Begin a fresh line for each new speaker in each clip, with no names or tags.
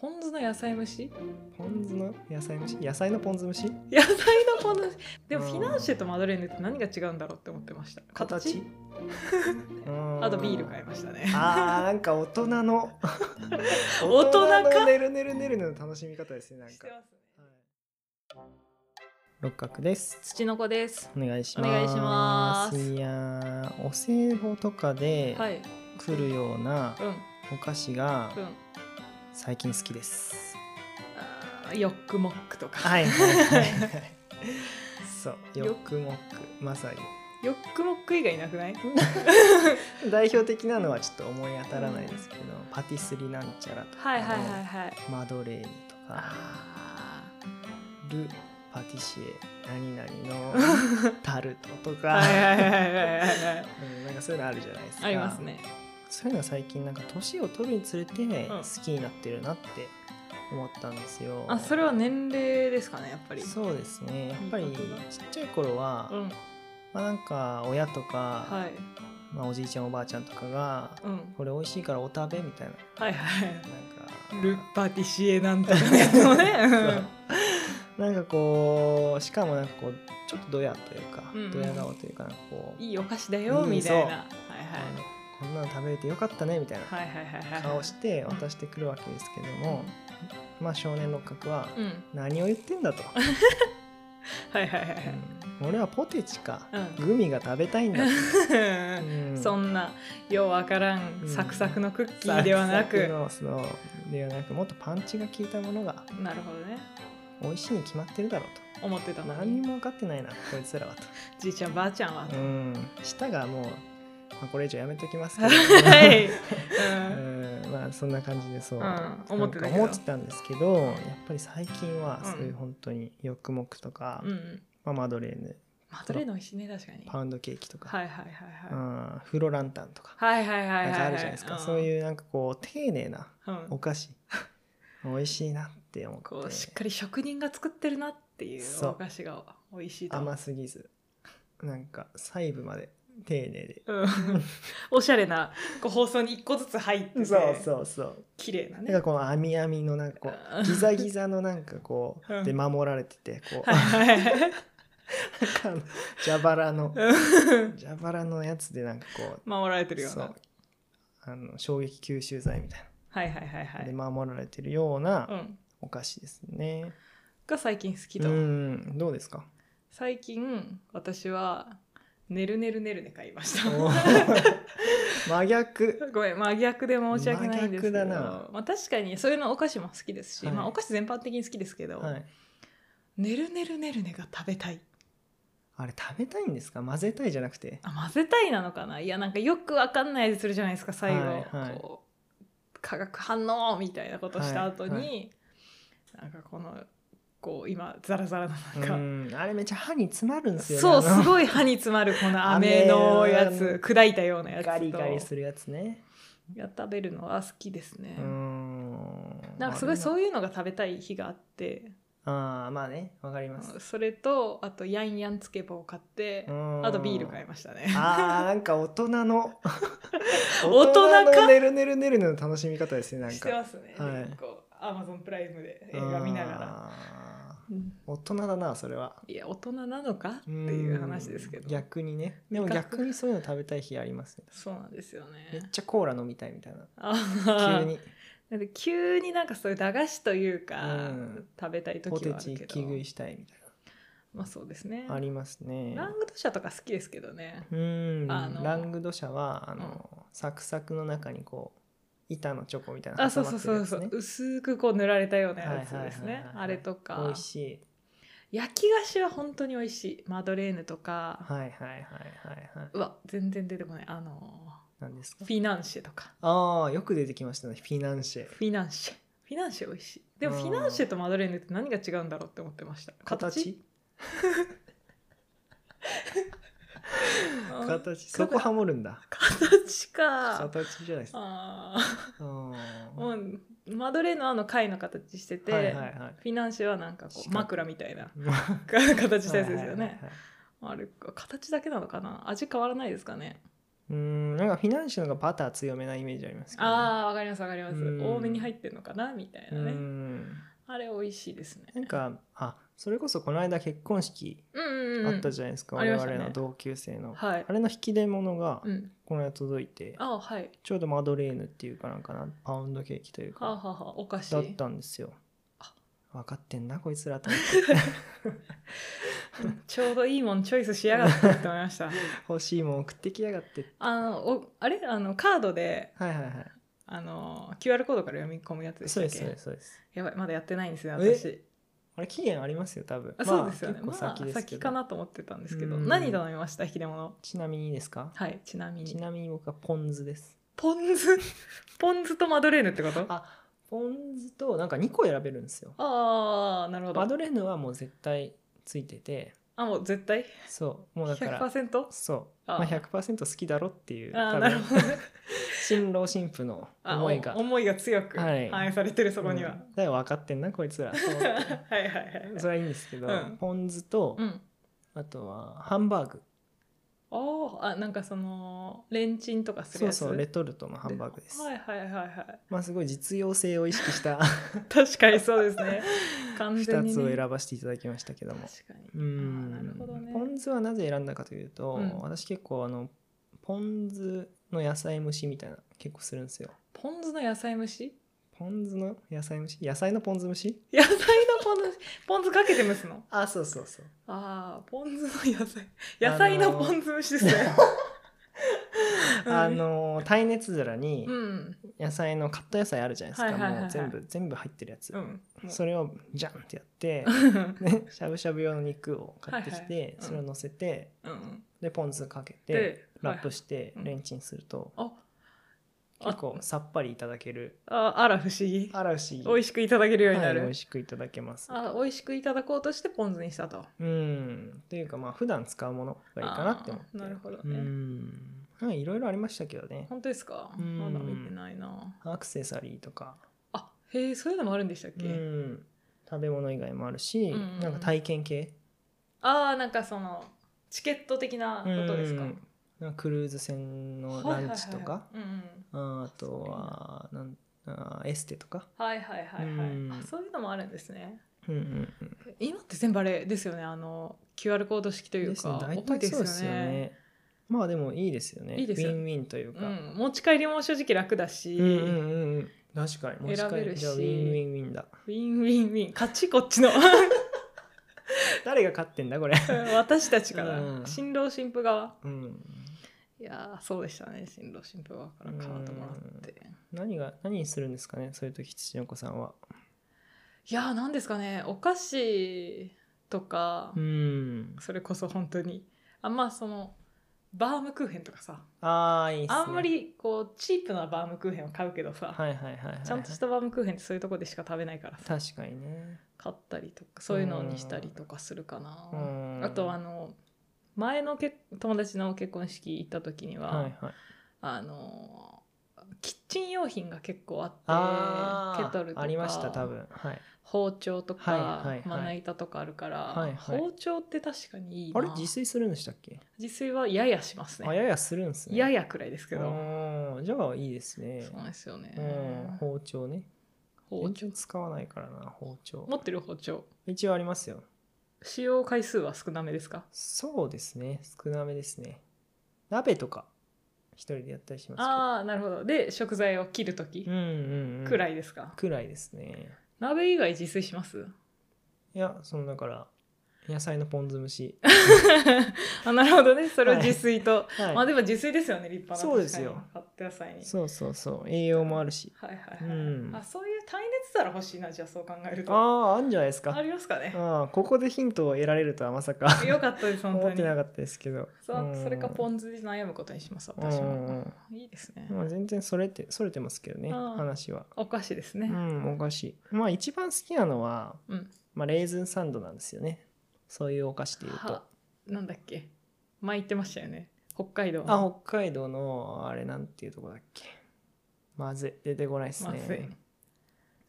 ポン酢の野菜蒸し
ポン酢の野菜蒸し野菜のポン酢蒸し
野菜のポン酢蒸しでも
うん
フィナンシェとマドレーヌって何が違うんだろうって思ってました
形う ん
あとビール買いましたね
あーなんか大人の
大人か
のねるねるねるねの楽しみ方ですねなん
して
か、
ますね
はい六角です
土の子です
お願いし
お
ます
願いします
いやーお歳暮とかで
はい
来るような
うん
お菓子が
うん
最近好 きです、
あーヨックモックとか、
はいはいはいはい そう
よ
よくもくまさに
ヨックモック以外なく ない
代表的なのはちょっと思い当たらないですけどパティスリなんちゃらとか
はいはいはいはい
マドレーヌとか
あ
ル・パティシエ何々
ー
の タルトとか、
はいはいはいはいはいはい
うん、なんかそういうのあるじゃないですか
ありますね
そういうのは最近なんか年を取るにつれて好きになってるなって思ったんですよ、
あそれは年齢ですかねやっぱり
そうですねやっぱ
い
り
い
ちっ
ことだ
ちゃい頃は、
うん
まあ、なんか親とか、
はい
まあ、おじいちゃんおばあちゃんとかが
うん
「これ美味しいからお食べ」みたいな
はいはい
なんか
ルパティシエなんとかの やつもね
そうなんかこうしかもなんかこうちょっとドヤというか、
うんうん
ドヤ顔というかなんかこう
いいお菓子だよ
うん
みたいな、
そう
はい
あのこんなの食べれてよかったねみたい
はいはいはいはいは
ない顔して渡してくるわけですけども、まあ少年六角は
うん
何を言ってんだと、
はいはいはいは
う
い
ん俺はポテチか、
う
グミが食べたいんだと、う
そんなようわからんサクサクのクッキーではなく、
サクサクの そうではなくもっとパンチが効いたものが
なるほどね
美味しいに決まってるだろうと
思ってたの
何に
に
も分かってないなこいつらはと
じいちゃんばあちゃんは、
うん舌がもう、まあ、これ以上やめと きますけど
はい、う
うんんまあそんな感じでそう、
うん思ってたけ
なんか
ど
思ってたんですけどやっぱり最近はそういううん本当によくもくとか、
うん、
まあ、マドレーヌ
マドレーヌ美味しいね確かに
パウンドケーキとか、
はいはいはいはい
うんフロランタンとか、
はいはいはいはい
なんかあるじゃないですか、そう
う、
いうなんかこう丁寧なん
う
お
ん、
菓子美味しいなって思
こ
っ
うしってかり職人が作ってるなっていう
そう
お菓子が美味しいと
甘すぎずなんか細部まで丁寧で。
うん、おしゃれなこう包装に一個ずつ入ってて
そうそうそう
綺麗な
なんか
ね。
この網網のなんかこ
うん
うギザギザのなんかこ
うん
うで守られててこう
はいはい
あの蛇腹の
うん
蛇腹のやつでなんかこ
守られて
う
るよう
そ
な
う。あの衝撃吸収剤みたい
はいはいはいは
なで
い。
守られてるような
うん、
お菓子ですね。
が最近好き
う
と。
んどうで すか
最近私は「ねるねるねるね」買いました。
お真逆
ごめん真逆で申し訳ないんですけど
真逆だな
まあ、確かにそういうのお菓子も好きですし、
はい
まあ、お菓子全般的に好きですけど「
はい
ねるねるねるね」が食べたい
あれ食べたいんですか混ぜたいじゃなくて
あ混ぜたいなのかないやなんかよくわかんない味するじゃないですか最後、
はいはい
こう化学反応みたいなことした後に、
はい
なんかこのこう今ザラザラの
う
なんか、
んあれめっちゃ歯に詰まるんですよね
そう
あの
すごい歯に詰まるこの飴のや
飴
つ砕いたような やつと
ガリガリするやつね
いや食べるのは好きですね、
うん
なんかすごいそうういうのが食べたい日があって
あーまあねわかります
それとあとヤンヤンつけ棒を買ってあ
あ
とビール買いましたね
あーなんか大人の
大人か
のねるねるねるねの楽しみ方ですねなん
して
か
ますね、
はい
こうアマゾンプライムで映画見ながら、
あ
うん
ー大人だなそれはい
や大人なのかっていう話ですけ
うん
ど
逆にねでも逆にそういうの食べたい日ありますね
そうなんですよ
めっ
ね
ちゃコーラ飲みたいみたい
あ
な急
ー
に
だって急に なんかそういう駄菓子というか、
うん
食べたい時
ポテ
はあ
チ
るけ
一
ど
気食いしたいみたい
まあそうですね
なありますね
ラングドシャとか好きですけどね
うん
あの
ラングドシャはあの、サクサクの中にこう板のチョコみたいな
あ
の
そ
挟
う
ま
そう
ってる
そうそ
やつね
う薄くこう塗られたようなやつです
はいはいはい
ね
はいはい
あれと
美
か
味しい
焼き菓子は本当に美味しいマドレーヌとか、
はいはいはいはいはいう
わ全然出てこないあの
何ですか
ーフィナンシェとか
ああよく出てきましたねフィナンシェ
フィナンシェフィナンシェ美味しいでも
うん
フィナンシェとマドレーヌって何が違うんだろうって思ってました
形
うん
形そこハモるんだ
形か
形じゃないですか
あー
うん
もうマドレーヌはあの貝の形してて、
はいはいはい
フィナンシェはなんかこ
四
う
角
枕みたいな
は
形
い
したやつですよね、
はいはいはい
あれ形だけなのかな味変わらないですかね
うーんなんかフィナンシェの方がバター強めなイメージありますけどね、
ああわかりますわかります
うん
多めに入ってんのかなみたいうなね
ん
あれ美味しいですね
なんかあそれこそこの間結婚式
うんうん、
あ
うん、
ったじゃないですか、
うんあり
我
ましたね
々の同級生の、
はい
あれの引き出物が
うん
この間届いて、
ああはい
ちょうどマドレーヌっていうかなんかなパウンドケーキというか、
はあ、はあはあ、お菓子
だったんですよ
あ
分かってんなこいつらと思って
ちょうどいいもんチョイスしやがったって思いました
欲しいもん送ってきやがって
あのおあれあのカードで
はいはいはい
あの QR コードから読み込むやつでし
そう
たっ
ですそう
け
ですそうです
やばいまだやってないんですね
え
私
あれ期限ありますよ多分
あそうですよね、
ま
まあ、
あ、結構先
先
ですけど、
かなと思ってたんですけど
うん
何頼みました引き出物
ちなみにいいですか
はいちなみ
ち
に
なみに僕はポン酢です
ポン酢 ポン酢とマドレーヌってことあ
あポン酢となんか2個選べるんですよ
あーなるほ
マ
ど
ドレーヌはもう絶対ついてて
あもう絶対
そうもうだから
100%
そう
あ
まあ、100%好きだろっていう
ああ
多分
なるほどね
新郎新婦の
あ
思いが
お思いが強く
はい
反映されてるそこには、
うんだから分かってんなこい つらと思っ て
はいはいはい
それはいいんですけど、
うん
ポン酢と、
うん
あとはハンバーグ
おーあなんかそのレンチンとかする
そ
や
う
つ
そうレトルトのハンバーグです、
はいはいはいはい
まあすごい実用性を意識した
確かにそうですね完全
2
に、ね、
つを選ばせていただきましたけども
確かに
う
あーなるほど
ん
ね
ポン酢はなぜ選んだかというと、
うん
私結構あのポン酢の野菜蒸しみたいな結構するんですよ
ポン酢の野菜蒸し
ポン酢の野菜蒸し野菜のポン酢蒸し
野菜のポン酢ポン酢かけて蒸すの
あそうそうそう
ああポン酢の野菜野菜のポン酢蒸しですね、
あのー耐熱皿に
うん
野菜のカット野菜あるじゃないですか、
はいはいはいはい
もう全部全部入ってるやつ、
うんもう
それをジャンって やって
うん
ねしゃぶしゃぶ用の肉を買ってきて、
はいはいうん
それを乗せて
うん
でポン酢かけて、
で
ラップして
うん
レンチンすると、
ああ
結構さっぱりいただける
ああら不思議
あら不思議
美味しくいただけるように
は
ない
美
る、
味しくいただけます
あ美味しくいただこうとしてポン酢にしたと
うんというかまあ普段使うものがいいかなって思って
あーなるほどね
うんはいいろいろありましたけどね
本当ですか
うん
まだ見てないな
アクセサリーとか
あへえそういうのもあるんでしたっけ、
うん、食べ物以外もあるし、
うんうん
なんか体験系
ああなんかそのチケット的なことですか、
うんなんかクルーズ船の
は
ラ
いはいはい
ンチとか、
うんうん
ああとはなんあーエステとか、
はいはいはいはい、
うん
あそういうのもあるんですね
うんうんうん、
今って全部あれですよねあの QR コード式という
ですね
か
大体そうですよねまあでもいいですよね
いいですよ
ウィンウィンという
多
か、
いですよねうん、持ち帰りも正直楽だし、
うんうんうんうん確かに持ち帰
選べ
り
るし
じゃあウィンウィンウ ィンだ
ウィンウィンウィン勝ちこっ ちの
誰が勝ってんだこれ、
私たちから、
うん
新郎新婦側
うん、
いやーそうでしたね新郎新婦側からカードもらって、
何が何するんですかねそういう時土の子さんはい
やーなんですかねお菓子とか、
うん
それこそ本当にあんまそのバームクーヘンとかさ
ああいいっすね
あんまりこうチープなバームクーヘンを買うけどさ、
はいはいはいはいはい
ちゃんとしたバームクーヘンってそういうとこでしか食べないからさ
確かにね
買ったりとかそういうのにしたりとかするかな、
うん
あとあの前のけ友達の結婚式行った時には、
はいはい
あのキッチン用品が結構あ
あ
って
ー
ケトルとか
ありました多分はい
包丁とか、
はいはいはい
まな板とかあるから、
はいはい
包丁って確かにいいな
あれ自炊するんでしたっけ、
自炊はややします
あ
ね
ややするんですね
ややくらいですけど、
うんじゃあいいですね
そうですよね、
うん包丁ね
包丁
全然使わないからな包丁
持ってる包丁
一応ありますよ
使用回数は少なめですか
そうですね少なめですね鍋とか一人でやったりしま
ああなるほどで食材を切る時
すけどうんうん、うん、
くら
い
いですか、
くらいですね
鍋以外自炊します
いやそのだから野菜のポン酢 蒸し、
あなるほどねそれを自炊と、
はい
まあでも自炊ですよね立派な
そうですよ
確かに買った野菜に
そうそうそう栄養もあるし
はいはいはい、
うん
あそういう耐熱皿欲しいなじゃあそう考える
あ
とあ
ああるんじゃないですか
りますかね
ああここでヒントを得られるとは まさか
よかったです本
思
当
っ
に
てなかったですけど
そ
うん
それかポン酢で悩むことにします私もいいですね
うんまあ全然それてそれてますけどね
ああ
話は
お菓子です
う
ね
んお菓子まあ一番好きなのは、
うん
まあ、レーズンサンドなんですよねそういうお菓子でいうと
はなんだっけ前言ってましたよね北海道の
あ北海道のあれなんていうとこだっけまずい出てこないです
まずい
ね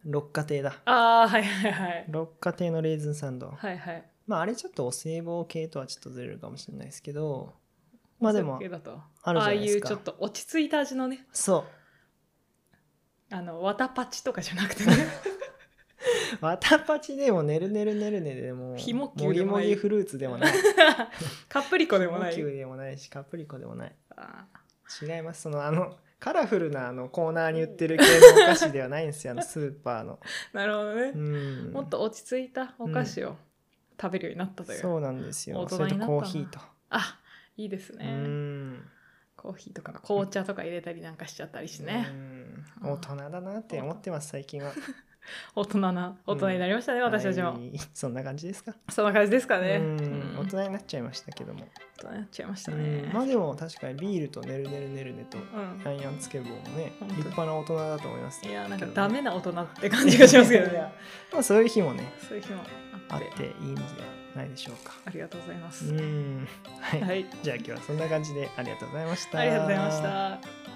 六花亭だ
ああはいはいはい
六花亭のレーズンサンド
はいはい
まああれちょっとお歳暮系とはちょっとずれるかもしれないですけどまあでも
お酒だと
あるじゃないですか
ああいうちょっと落ち着いた味のね
そ
あのわたパチとかじゃなくて ね
うわたパチでもねるねるねるねでも
ひもきゅ
も
う
ぎ
でも
も
ない
ぎフルーツでもない
カップリコでもない
ひもきゅうでもないしカプリコでもない
あー
違いますそのあのカラフルなあのコーナーに売ってる系のお菓子ではないんですよあのスーパーの
なるほどね
う、ん
もっと落ち着いたお菓子を食べるようになったという、
そうなんですよ
大人
それと
になった
コー
な
ヒーと、
あいいですね、
うん
コーヒーとか紅茶とか入れたりなんかしちゃったりして
う
ね、
ん大人だなって思ってます最近は
大人な大人になりましたね、私たちも、
はいそんな感じですか
そんな感じですかね、
うん
うん
大人になっちゃいましたけども、
大人になっちゃいました
う
ね、
んまあでも確かにビールとねるねるねるねと
うん
ヤンヤンつけ棒もね
本当
立派な大人だと思います
いやなんかダメな大人って感じがしますけど
いやい
ね
やまあそういう日もね
そういう日もあ
あ
っ
ってていいんじゃないでしょうか
ありがとうございます、
うんはい、
はい
じゃあ今日はそんな感じでありがとうございました
ありがとうございました